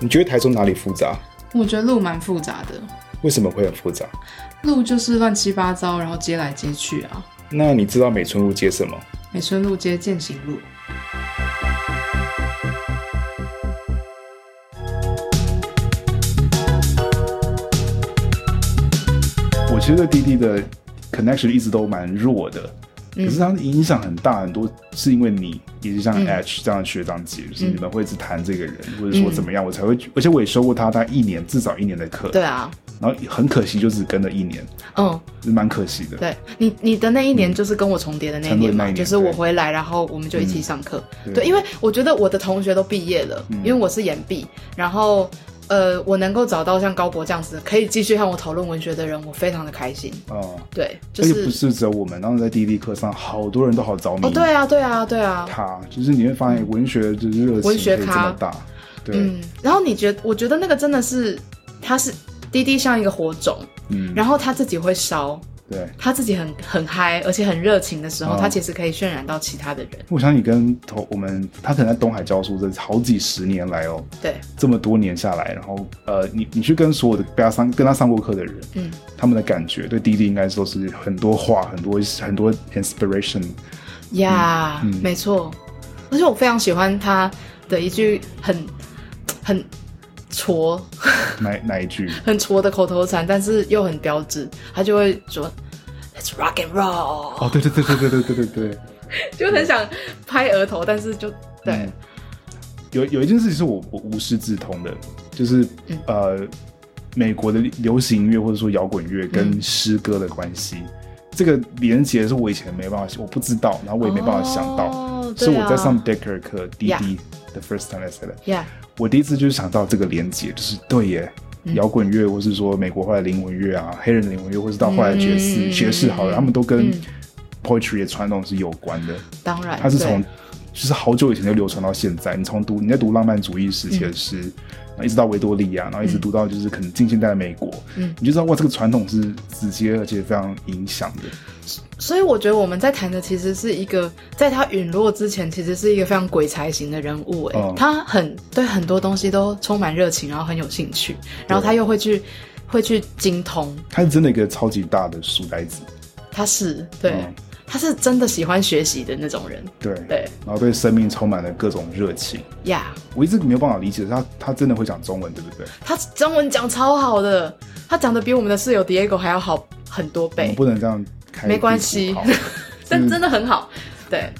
你觉得台中哪里复杂？我觉得路蛮复杂的，为什么会很复杂？路就是乱七八糟，然后接来接去啊。那你知道美村路接什么？美村路接践行路，我其实对滴滴的 connection 一直都蛮弱的，嗯可是它的影响很大，很多是因为你，以及嗯像 H 这样的学长姐，就是你们会一直谈这个人，或嗯者说怎么样，我才会，而且我也修过他大概一年，至少一年的课，对啊，然后很可惜就只跟了一年，嗯，是蛮可惜的。对你你的那一年就是跟我重叠的那一年嘛，嗯就是我回来，然后我们就一起上课。嗯对，因为我觉得我的同学都毕业了，因为我是研毕，然后呃，我能够找到像高博这样子可以继续和我讨论文学的人，我非常的开心。哦，对，就而且是不是只有我们，当时在滴滴课上，好多人都好着迷哦，对啊，对啊，对啊，他，就是你会发现文学就是热情文学可以这咖么大，对，嗯。然后你觉得，我觉得那个真的是，他是滴滴像一个火种，嗯，然后他自己会烧。对。他自己很很嗨，而且很热情的时候，哦他其实可以渲染到其他的人。我想你跟同我们，他可能在东海教书这好几十年来哦，对，这么多年下来，然后呃，你你去跟所有的被他上跟他上过课的人，嗯，他们的感觉对弟弟应该说是很多话，很多很多 inspiration，呀、嗯嗯没错。而且我非常喜欢他的一句很很挫、那那一句，很挫的口头禅，但是又很标志。他就会说 “Let's rock and roll”，、哦，对对对对对对对对对，就很想拍额头，但是就对、嗯有有一件事情是我我无师自通的，就是、嗯呃，美国的流行音乐或者说摇滚乐跟诗歌的关系，这个连接是我以前没办法，我不知道，然后我也没办法想到，哦是我在上对 Decker 课滴滴 Yeah the first time I said it。呀、我第一次就是想到这个连接，就是对耶，嗯摇滚乐，或是说美国后来灵魂乐啊，黑人的灵魂乐，或是到后来爵士、嗯爵士好了，他们都跟嗯 poetry 的传统是有关的。当然，它是从对就是好久以前就流传到现在，你从读你在读浪漫主义时期的嗯诗，然后一直到维多利亚，然后一直读到就是可能近现代的美国，嗯你就知道哇，这个传统是直接而且非常影响的。所以我觉得我们在谈的其实是一个，在他陨落之前，其实是一个非常鬼才型的人物、哎、嗯他很对很多东西都充满热情，然后很有兴趣，然后他又会去会去精通，他是真的一个超级大的书呆子，他是对、嗯他是真的喜欢学习的那种人，对对然后对生命充满了各种热情。呀、我一直没有办法理解他，他真的会讲中文，对不对？他中文讲超好的，他讲的比我们的室友 Diego 还要好很多我们倍，嗯不能这样开没关系地图炮但真的很好，对，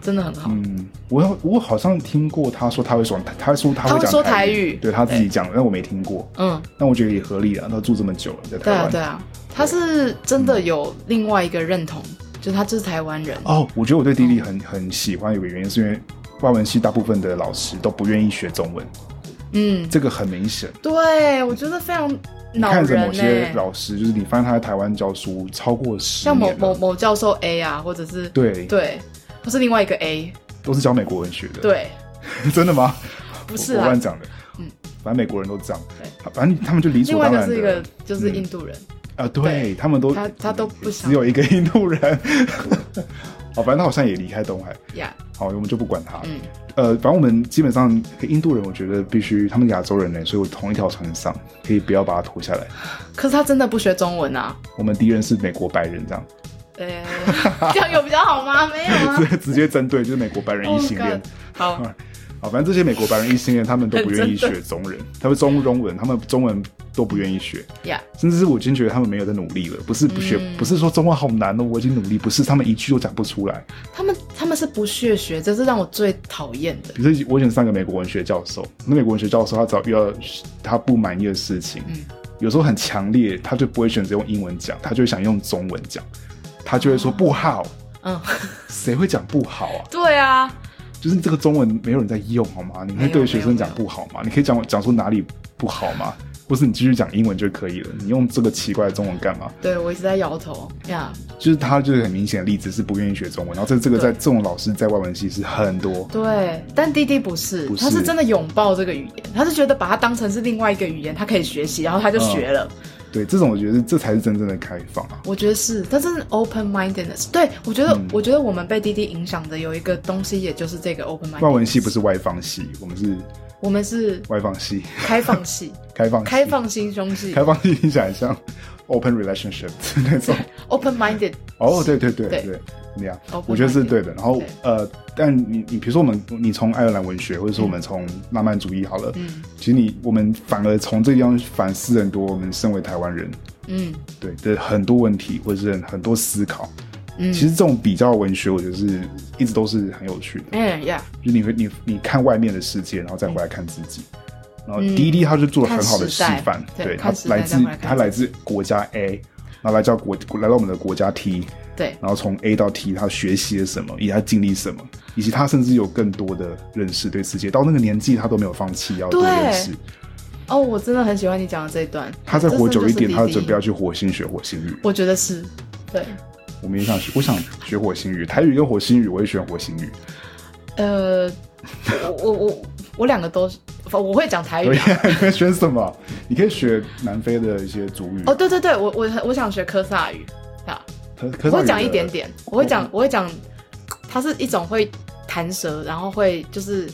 真的很好，嗯，我我好像听过他说他会说他他说他他会会讲说台台语对他自己讲的，但我没听过。嗯但我觉得也合理啊，他住这么久了，在台对啊，湾。对啊，他是真的有另外一个认同，就是他就是台湾人。哦，我觉得我对地嗯理很很喜欢，有个原因是因为外文系大部分的老师都不愿意学中文，嗯，这个很明显。对，我觉得非常你恼看着人欸某呢、些老师，就是你发现他在台湾教书超过十像某年某了，某教授 A 啊，或者是对，对，或是另外一个 A，都是教美国文学的。，对， 真的吗？不是我我啊乱，讲的。嗯嗯，反正美国人都这样对，反正他们就理另所外当一个然是一个的就是嗯印度人，啊，对对他们都他他都不想只有一个印度人。 哦，反正他好像也离开东海，呀、好，我们就不管他了。嗯，呃，反正我们基本上印度人，我觉得必须他们亚洲人呢，所以我同一条船上，可以不要把它拖下来。可是他真的不学中文啊，我们敌人是美国白人，这样呃、 这样有比较好吗？没有啊直 直接针对就是美国白人异 Oh 性恋。 God 好，啊，反正这些美国白人异性恋，他们都不很愿意针对学中文，他们中中文，他们中文都不愿意学，呀、甚至是我已经觉得他们没有在努力了，不是不学，嗯不是说中文好难哦，我已经努力，不是他们一句都讲不出来。他们他们是不屑学，这是让我最讨厌的。比如说，我以前上个美国文学教授，那美国文学教授他只要遇到他不满意的事情，嗯有时候很强烈，他就不会选择用英文讲，他就会想用中文讲，他就会说不好，嗯，谁会讲不好啊？对啊，就是这个中文没有人在用好吗？你没会有对学生讲不好吗？你可以讲讲出哪里不好吗？或是你继续讲英文就可以了，你用这个奇怪的中文干嘛？对我一直在摇头呀。就是他就是很明显的例子是不愿意学中文，然后这这个在这种老师在外文系是很多，对，但滴滴不是，不是他是真的拥抱这个语言，他是觉得把它当成是另外一个语言，他可以学习，然后他就学了。对这种我觉得这才是真正的开放啊，我觉得是，他真是 open mindedness。对我觉得，我觉得我们被滴滴影响的有一个东西，也就是这个 open mindedness。外文系不是外方系，我们是我们是外放系、开 放系，开放系、开放心胸系开放系，你想像 open relationship 那种。 ，open minded。哦，对对对对哦对，那样 Open-minded，我觉得是对的。然后对呃，但你你比如说我们你从爱尔兰文学，或者说我们从浪漫主义好了，嗯其实你我们反而从这个地方反思很多我们身为台湾人嗯对的很多问题，或者是很多思考。嗯，其实这种比较文学，我觉得是一直都是很有趣的。嗯呀，就是你会你你看外面的世界，然后再回来看自己。然后滴滴它就做了很好的示范嗯看时，代对，对它看时代来再自回来看自己它来自国家 A，然后来到国来到我们的国家 T，对，然后从 A 到 T，他学习了什么，以及他经历什么，以及他甚至有更多的认识对世界。到那个年纪，他都没有放弃要多对认识。哦，我真的很喜欢你讲的这一段。他再活久一点，这真的就是他就准备要滴滴去火星学火星语。我觉得是，对，我们也想学，我想学火星语，台语跟火星语，我也选火星语。呃，我我我我两个都是，我会讲台语对啊。呀，你会选什么？你可以学南非的一些族语哦，，对对对，我我我想学科萨语啊，可我可是会讲一点点，我会讲我我会讲，它是一种会弹舌，然后会就是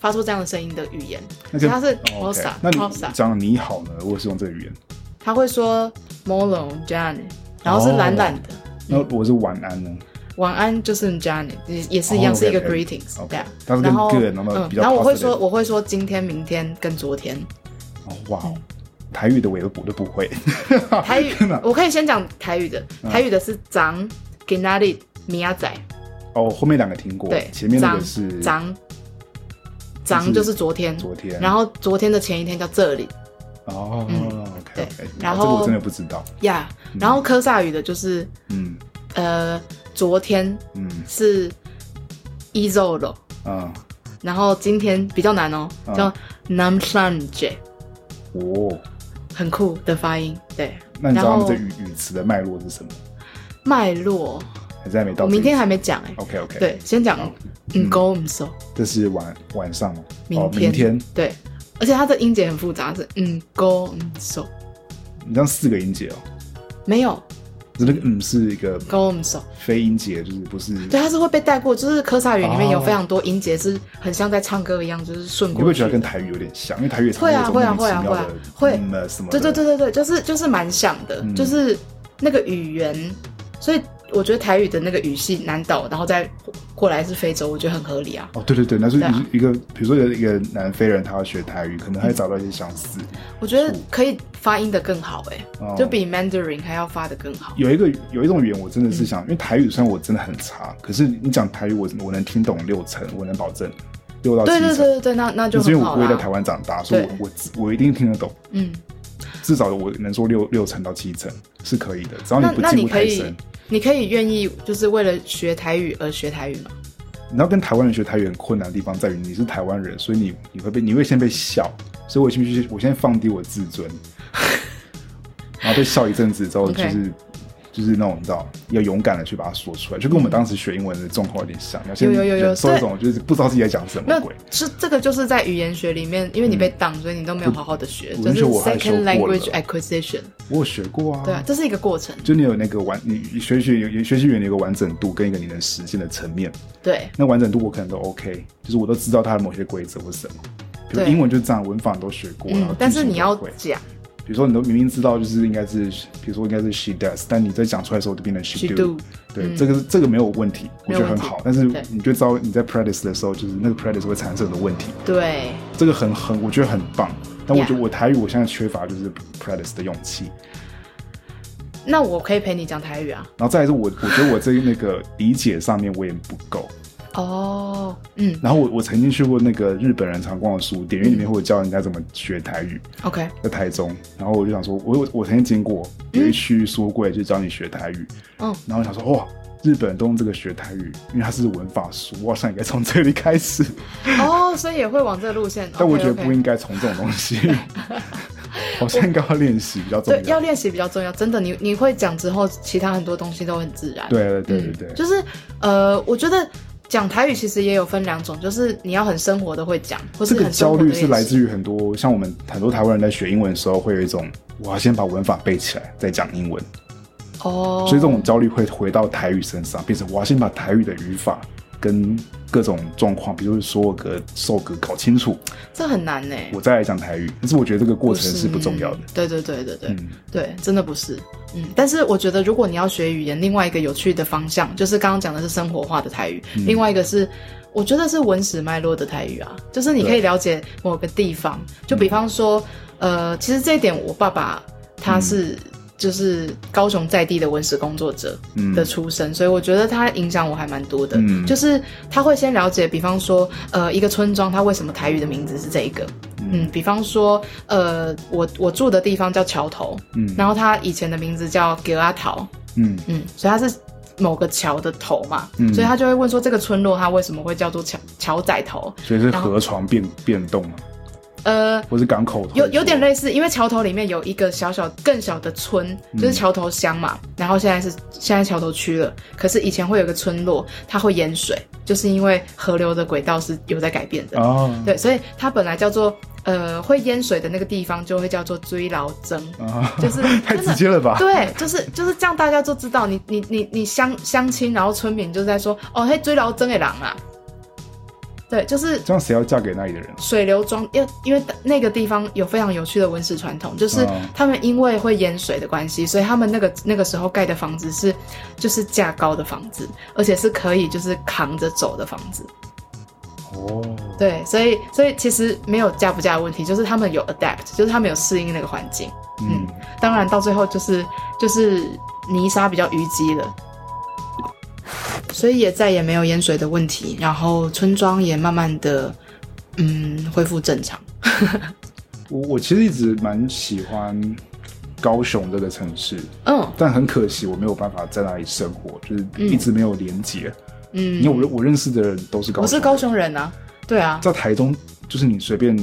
发出这样的声音的语言，那就所以它是 o k mosa 那你 mosa，讲你好呢？我是用这个语言，他会说 molo jan，然后是懒懒的，那我是晚安呢晚安就是 jan，也也是一样哦是一个 OK，OK greetings， OK，对啊它是。更然后 good，然后嗯，比较然后我会 positive 说我会说今天、明天跟 昨天，哦，哇嗯哦，台语的我也不我都不会，台语天哪，嗯我可以先讲台语的，台语的是长 g i n a r i m i a 仔，哦，后面两个听过，对，前面那长个是长长就是昨天，昨天，然后昨天的前一天叫这里哦嗯，OK 对 OK，然这个后我真的不知道，呀，然后科萨语的就是嗯呃昨天嗯是 i z o l o 啊，然后今天比较难哦，嗯叫 Namsanje，哦，很酷的发音。对，那你知道他然们后这语语词的脉络是什么？脉络，哦还是还没到这我一集？明天还没讲哎。 OK OK，，对，先讲嗯 g o m so，这是晚晚上哦，明哦明天，对，而且它的音节很复杂，是嗯 g o m so，你这样四个音节哦，没有那个嗯是一个 g o m so，非音节，就是不是？对，它是会被带过，就是科萨语里面有哦非常多音节是很像在唱歌一样，就是顺你过会不会去。觉得跟台语有点像？因为台语也常有这种会啊莫名其妙的会啊会啊会啊嗯呃什么的？对对对对对，就是就是蛮像的，嗯就是那个语言，所以我觉得台语的那个语系南岛，然后再过来是非洲，我觉得很合理啊。哦，对对对，那是对啊嗯一个，比如说有一个南非人，他要学台语，可能他会找到一些相似。我觉得可以发音的更好、哎、哦就比 Mandarin 还要发的更好。有一个有一种语言，我真的嗯是想，因为台语虽然我真的很差，可是你讲台语我，我能听懂六成，我能保证六到七对成。对对对对，那那就就是因很为我好不会在台啦。湾长大，所以我我我一定听得懂，嗯，至少我能说六六成到七成是可以的，只要你那不那进你步可太以深。，你可以愿意就是为了学台语而学台语吗？你知道跟台湾人学台语很困难的地方在于你是台湾人，所以你你会被你会先被笑，所以我先必须我先放低我自 尊，然后被笑一阵子之后，就 OK 是就是那种你知道要勇敢的去把它说出来，就跟我们当时学英文的状况有点像，要先有有有有忍受对一种就是不知道自己在讲什没么有鬼。，是这个就是在语言学里面，因为你被挡，所以你都没有好好的学，我就跟你嗯是说我还 second 修过了 language acquisition，我有学过啊，对啊，这是一个过程，就你有那个完你学习有学习语言有一个完整度跟一个你能实现的层面，对。那完整度我可能都 OK，就是我都知道它的某些规则或什么，比如对英文就这样，文法你都学过，然后嗯，但句是型你都要会讲比如说，你都明明知道就是应该是，比如说应该是 she does，但你在讲出来的时候就变成 she She do。 do 嗯对，这个是这个没有问题，我没觉有得很问题好。但是对你就知道你在 practice 的时候，就是那个 practice 会产生的问题，对，这个很很，我觉得很棒。但我觉得 Yeah 我台语我现在缺乏就是 practice 的勇气。那我可以陪你讲台语啊。然后再来是我，我觉得我这那个理解上面我也不够。哦，嗯然后我我曾经去过那个日本人常逛的书店，因为里面会有教人家怎么学台语。 ，OK，在台中，然后我就想说，我有我曾经经过有一区书柜就教你学台语， 嗯，然后我想说哇，日本人都用这个学台语，因为它是文法书，我好像应该从这里开 始，哦，所以也会往这个路线。但我觉得 OK，OK 不应该从这种东西， 好像应该要练习比较重对，要要。练习比较重要。真的，你你会讲之后，其他很多东西都很自然。对对对嗯对对，就是呃，我觉得讲台语其实也有分两种，就是你要很生活的会讲，或这是个很生焦活的虑是练习来自于很多像我们很多台湾人在学英文的时候，会有一种我要先把文法背起来再讲英文，哦，所以这种焦虑会回到台语身上，变成我要先把台语的语法跟各种状况，比如说所有格、受格搞清楚，这很难欸呢、我再来讲台语。但是我觉得这个过程是不重要的嗯。对对对对对、嗯对，真的不是。嗯，但是我觉得如果你要学语言，另外一个有趣的方向就是刚刚讲的是生活化的台语，嗯另外一个是。我觉得是文史脉络的台语啊，就是你可以了解某个地方，就比方说，嗯呃，其实这一点我爸爸他是就是高雄在地的文史工作者嗯的出身，所以我觉得他影响我还蛮多的，嗯就是他会先了解，比方说，呃，一个村庄它为什么台语的名字是这一个，嗯，比方说，呃，我我住的地方叫桥头，嗯然后它以前的名字叫格拉桃，嗯嗯，所以它是某个桥的头嘛，嗯所以他就会问说这个村落它为什么会叫做桥桥仔头？所以是然后河床变变动嘛，呃，或是港口有有点累。类似，因为桥头里面有一个小小更小的村，嗯就是桥头乡嘛，然后现在是现在桥头区了，可是以前会有个村落，它会淹水，就是因为河流的轨道是有在改变的，哦，对，所以它本来叫做呃会淹水的那个地方就会叫做追牢 增， 啊，就是太真直的。接了吧？对，就是就是这样，大家都知道你你你你相相亲，然后村民就在说哦，嘿，追牢增的狼啊，对，就是这样谁要嫁给那里的人？水流庄，因因为那个地方有非常有趣的文史传统，就是嗯他们因为会淹水的关系，所以他们那个那个时候盖的房子是就是架高的房子，而且是可以就是扛着走的房子。哦，对，所以所以其实没有嫁不嫁的问题，就是他们有 adapt，就是他们有适应那个环境。嗯，当然到最后就是就是泥沙比较淤积了。所以也再也没有淹水的问题，然后村庄也慢慢的，嗯，恢复正常。我我其实一直蛮喜欢高雄这个城市，嗯，但很可惜我没有办法在那里生活，就是嗯一直没有连接。嗯因为我认我认识的人都是高雄，我是高，雄人啊，对啊，在台中就是你随便，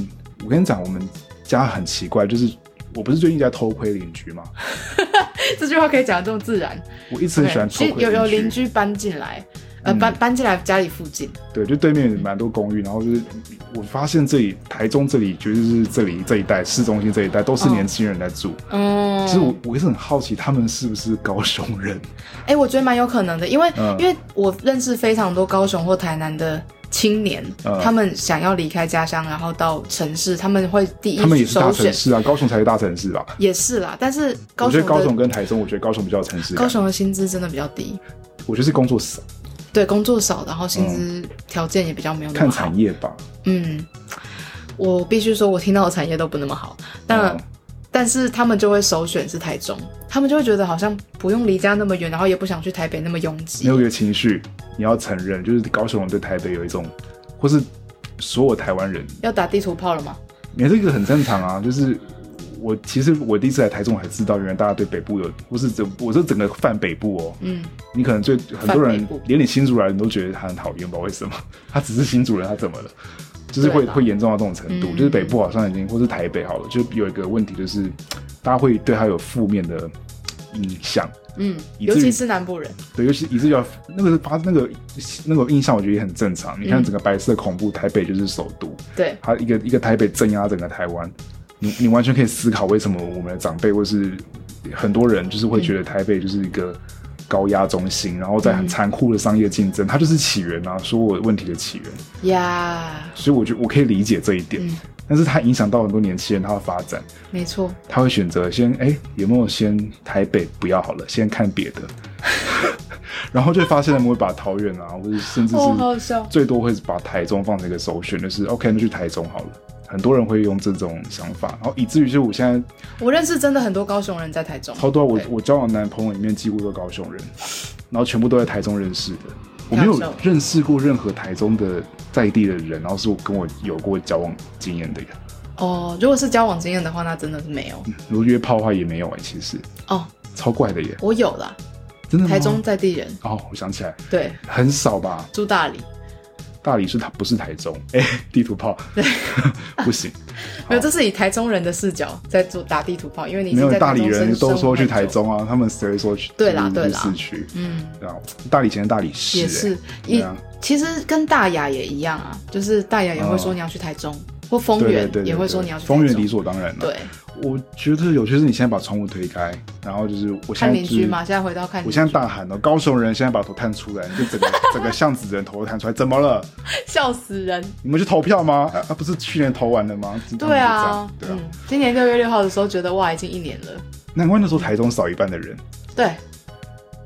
我跟你讲，我们家很奇怪，就是我不是最近在偷窥邻居嘛，这句话可以讲的这么自然。我一直很喜欢 OK，偷其实窥有有邻邻居，居搬进来，呃，嗯搬搬进来家里附近，对，就对面蛮多公寓，然后就是我发现这里台中这里就是这里这一带市中心这一带都是哦年轻人在住，嗯，其实我我一直很好奇他们是不是高雄人，哎、我觉得蛮有可能的，因为、嗯因为我认识非常多高雄或台南的。青年，嗯他们想要离开家乡，然后到城市，他们会第他们也一是大首城选市啊，高雄才是大城市吧？也是啦。但是我高觉得雄的高雄跟台中，我觉得高雄比较有城市感高，雄的薪资真的比较低，我觉得是工作少，对，工作少，然后薪资条件也比较没有嗯那看么好。产业吧。嗯，我必须说，我听到的产业都不那么好，但、嗯但是他们就会首选是台中，他们就会觉得好像不用离家那么远，然后也不想去台北那么拥没挤有。一个情绪，你要承认，就是高雄人对台北有一种，或是所有台湾人，要打地图炮了吗？你这个很正常啊。就是我其实我第一次来台中，我才知道原来大家对北部有，或是整我是整个泛北部哦。嗯，你可能最很多泛北人部连你新竹来人都觉得他很讨厌，不知道为什么，他只是新竹人，他怎么了？就是会对啊会严重到这种程度，嗯就是北部好像已经，或是台北好了，就有一个问题，就是大家会对他有负面的影响。嗯，以尤至于其是南部人，对，尤其以至于要那个发那个那个印象，我觉得也很正常。你嗯看整个白色恐怖，台北就是首都，对，它一个一个台北镇压整个台湾，你你完全可以思考为什么我们的长辈或是很多人就是会觉得台北就是一个高压中心，然后在很残酷的商业竞争，它就是起源啊，所有问题的起源。呀，所以我觉得我可以理解这一点，嗯但是它影响到很多年轻人他的发展，没错，他会选择先哎、有没有先台北不要好了，先看别的， 然后就发现他们会把桃园啊，或者甚至哦，好好是笑，最多会把台中放成一个首选，就是 OK 那去台中好了。很多人会用这种想法，然后以至于就我现在我认识真的很多高雄人在台中，超多我对我交往的男朋友里面几乎都高雄人，然后全部都在台中认识的。我没太好有笑了认识过任何台中的在地的人，然后是我跟我有过交往经验的人。哦，如果是交往经验的话，那真的是没有。如果约炮的话也没有哎、其实哦，超怪的耶，我有啦，真的吗？台中在地人，哦，我想起来，对，很少吧？住大理，大理是它不是台中，哎、地图炮，对， 不 行，没有，这是以台中人的视角在做打地图炮，因为你没是有在大理中人生都说去台，生活很久中啊，他们谁会说去？对啦去对啦市区，嗯，对啊，大理以前是大理市、也哎是，也对啊其实跟大雅也一样啊，就是大雅也会说哦你要去台中，或丰对对原对，也会说对你要去丰台原中理所当然了。对，我觉得有趣是你现在把窗户推开，然后就是我现看在邻就居是嘛，现在回到看我邻居现在大喊了，哦高雄人现在把头探出来，就整个 整个巷子的人头都探出来，怎么了？笑死人。你们去投票吗？啊，啊不是去年投完了吗？怎么对啊怎么，这样对啊，嗯，今年六月六号的时候，觉得哇，已经一年了。难怪那时候台中少一半的人，对，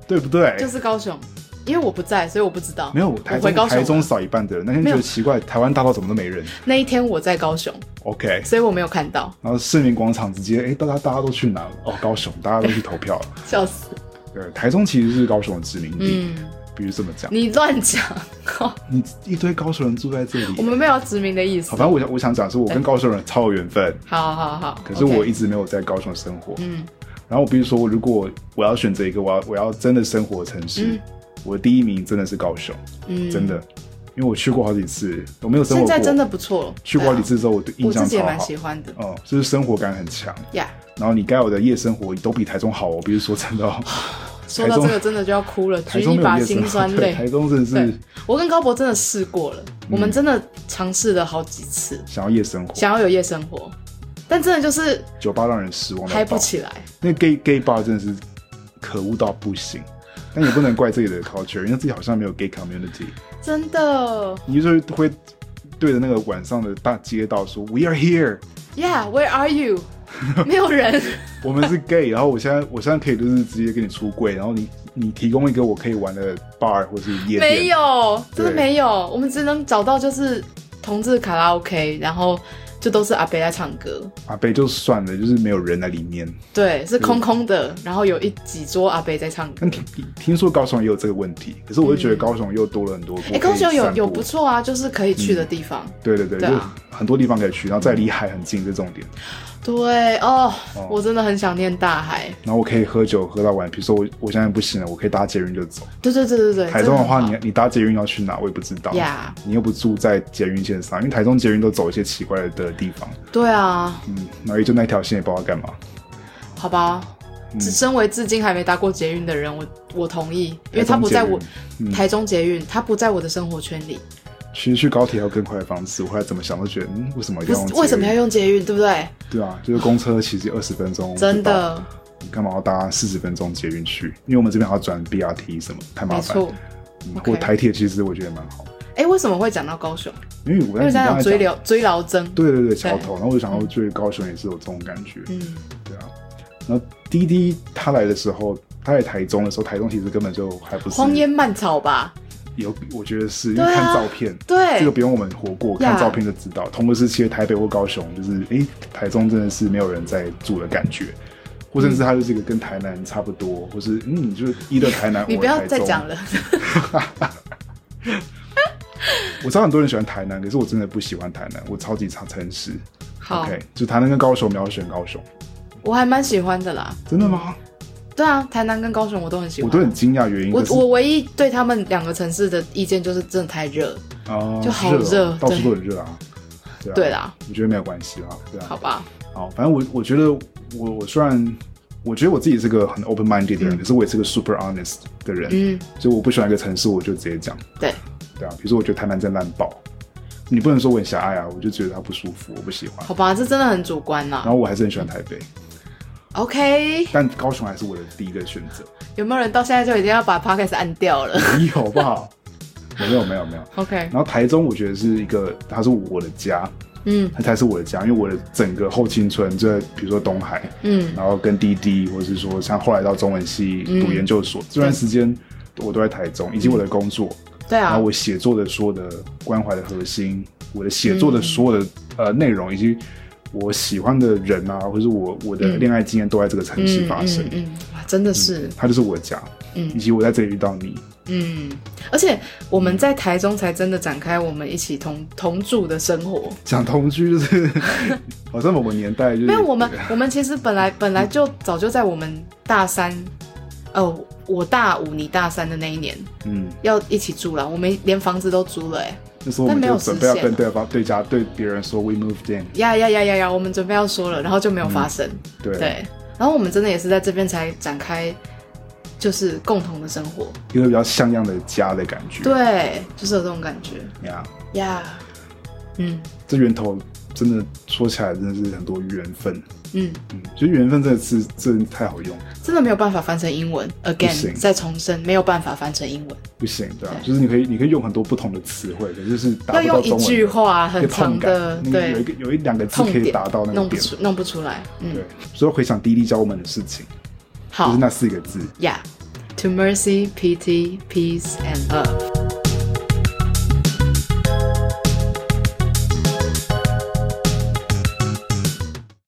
对不对？就是高雄，因为我不在，所以我不知道。哎没有我台回中高雄台中了少一半的人，那天没觉有得奇怪，台湾大道怎么都没人那一天我在高雄， ？OK，所以我没有看到，然后市民广场直接，哎，大家大家都去哪了？哦，高雄，大家都去投 票了。笑死。对，台中其实是高雄的殖民地，嗯，比如这么讲，你乱讲， 你一堆高雄人住在这里。我们没有要殖民的意思。好，反正我想我想讲是，我跟高雄人超有缘分，好好好，可是我 OK 一直没有在高雄生活。嗯然后我必须说，如果我要选择一个我要我要真的生活的城市，嗯我的第一名真的是高雄，嗯，真的，因为我去过好几次，我没有生活过，现在真的不错了，去过好几次之后，我对对啊，印我象自己也超蛮好喜。欢的哦、就是生活感很强，呀。然后你该有的夜生活都比台中好哦。比如说真的、 哦， 说到台中这个，真的就要哭了，台举中一没把有夜生辛活，酸对，泪。台中真的对是，嗯我跟高博真的试过了，我们真的尝试了好几次，想要夜生活，想要有夜生活，但真的就是酒吧让人失望到嗨不爆起来。那 gay gay bar 真的是可恶到不行，但也不能怪自己的 culture，因为自己好像没有 gay community，真的你就是会对着那个晚上的大街道说 “We are here”， ，Yeah，Where are you？没有人，我们 是 gay，然后我现在我现在可以就是直接跟你出柜，然后你你提供一个我可以玩的 bar 或是夜店，没有，真的对没有，我们只能找到就是同志卡拉 OK，然后就都是阿北在唱歌，阿贝啊就算了，就是没有人在里面。对，是空空的，然后有一几桌阿北在唱歌但。听听说高雄也有这个问题，可是我就觉得高雄又多了很多。哎、我可以高雄有散步嗯有不错啊，就是可以去的地方。对对对，对啊就很多地方可以去，然后再离海很近，这重点。对哦哦我真的很想念大海。然后我可以喝酒喝到晚，比如说我我现在不行了，我可以搭捷运就走。对对对对对，台中的话，你你搭捷运要去哪，我也不知道。呀你又不住在捷运线上，因为台中捷运都走一些奇怪的地方，对啊，嗯，然后也就那条线也不知道干嘛。好吧。嗯只身为至今还没搭过捷运的人，我我同意，因为他不在我嗯台中捷运，他不在我的生活圈里，其实去高铁还有更快的方式，我后来怎么想都觉得，嗯，为什么一不定要是用捷运？为什么要用捷运，对不对？对啊，就是公车其实二十分钟，真，的，干嘛要搭四十分钟捷运去？因为我们这边还要转 BRT 什么，太麻没烦。错。嗯 OK 或台铁其实我觉得蛮好，哎，为什么会讲到高雄？因为我因在为在你讲刚追才聊讲，追劳争。对对对，桥头，然后我就想到，就是高雄也是有这种感觉，嗯，对啊。然后滴滴他来的时候，他来台中的时候，台中其实根本就还不是荒烟蔓草吧？有，我觉得是因对为啊看照片，对这个不用我们活过，看呀照片就知道。同个时期的台北或高雄，就是诶，台中真的是没有人在住的感觉，或甚至它就是一个跟台南差不多，或是嗯，你就是一的台南， 你我不的要台再中讲。了。我知道很多人喜欢台南，可是我真的不喜欢台南，我超级差城市。好 OK，就台南跟高雄，秒选高雄，我还蛮喜欢的啦。真的吗？对啊，台南跟高雄我都很喜我欢。都很惊讶，原因我可是啊我唯一对他们两个城市的意见就是真的太热，啊，就好热哦到对处都很热啊。对啊，对啦，我觉得没有关系啦，对啊。好吧？好，反正我我觉得我我虽然我觉得我自己是个很 open minded 的人，可是我也是个 super honest 的人，嗯，所以我不喜欢一个城市，我就直接讲，对，对啊，比如说我觉得台南真烂爆，你不能说我很狭隘啊，我就觉得它不舒服，我不喜欢。好吧，这真的很主观然啦。后我还是很喜欢台北， OK，但高雄还是我的第一个选 择。有没有人到现在就已经要把 Podcast 按掉了你有不好？没有没有没有。 ？OK，然后台中我觉得是一个，它是我的家， 嗯它才是我的家，因为我的整个后青春就在比如说东海，嗯，然后跟滴滴，或是说像后来到中文系读嗯研究所、这段时间，我都在台中，以及我的工作，对然啊后，我写作的说的关怀的核心，我的写嗯作的所有的、呃内容，以及我喜欢的人啊，或是我我的恋爱经验都在这个城市嗯发生嗯，嗯，哇，真的是，它就是我的家，嗯以及我在这里遇到你，嗯，而且我们在台中才真的展开我们一起同同住的生活。讲同居就是 好像某个年代就是没有，我们我们其实本来本来嗯就早就在我们大三，哦，我大五你大三的那一年嗯，要一起住了，我们连房子都租了、哎，那时候我但们没有就准备要实现跟对方对家对别人说 we moved in，呀呀呀呀呀，我们准备要说了，然后就没有发生，嗯对，对，然后我们真的也是在这边才展开。就是共同的生活，一个比较像样的家的感觉，对，就是有这种感觉呀。呀。嗯，这源头真的说起来真的是很多缘分，嗯，嗯，就是缘分这个词真的太好用，真的没有办法翻成英文行，again 再重申，没有办法翻成英文，不行，对吧、对就是你可以你可以用很多不同的词汇，可是就是达要不到中用一文句话一个很痛长的感，，你有一对，个有一两个字痛可以点达到那个弄不点，出弄不出来，嗯对，，所以回想滴滴教我们的事情，就好是那四个字。 ，Yeah，to mercy, pity, peace and love。